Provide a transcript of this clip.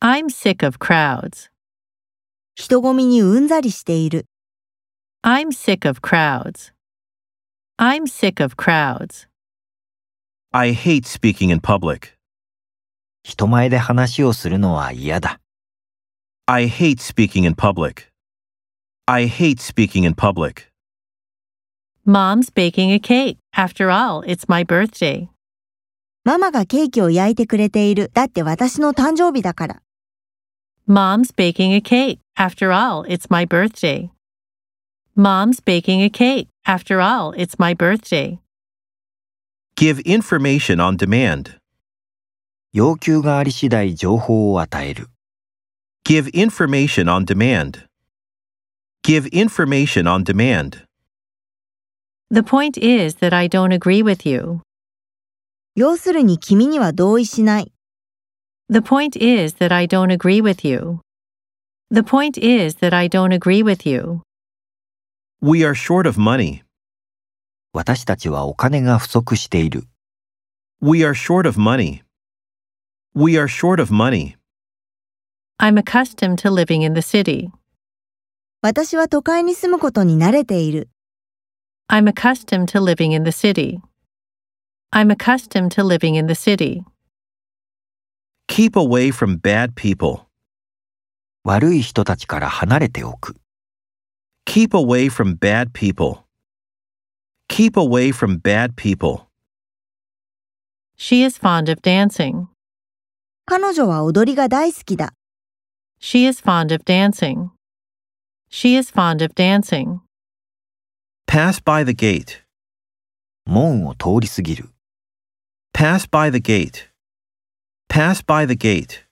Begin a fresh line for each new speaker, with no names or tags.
I'm sick of crowds.
人混みにうんざりしている。
I'm sick of crowds. I'm sick of crowds.
I hate speaking in public.
人前で話をするのは嫌だ。
I hate speaking in public. I hate speaking in public.
Mom's baking a cake. After all, it's my birthday.
ママがケーキを焼いてくれている。だって私の誕生日だから。
Mom's baking a cake. After all, it's my birthday. Mom's baking a cake. After all, it's my birthday.
Give information on demand.
要求があり次第情報を与える。
Give information on demand. Give information on demand.
The point is that I don't agree with you.
要するに君には同意しない。
The point is that I don't agree with you. The point is that I don't agree with you.
We are short of money.
私たちはお金が不足している。
We are short of money. We are short of money.
I'm accustomed to living in the city.
私は都会に住むことに慣れている。
I'm accustomed to living in the city. I'm accustomed to living in the city.
Keep away from bad people.
悪い人たちから離れておく。
Keep away from bad people. Keep away from bad people.
She is fond of dancing.
彼女は踊りが大好きだ。
She is fond of dancing. She is fond of dancing.
Pass by the gate.
門を通り過ぎる。
Pass by the gate. Pass by the gate.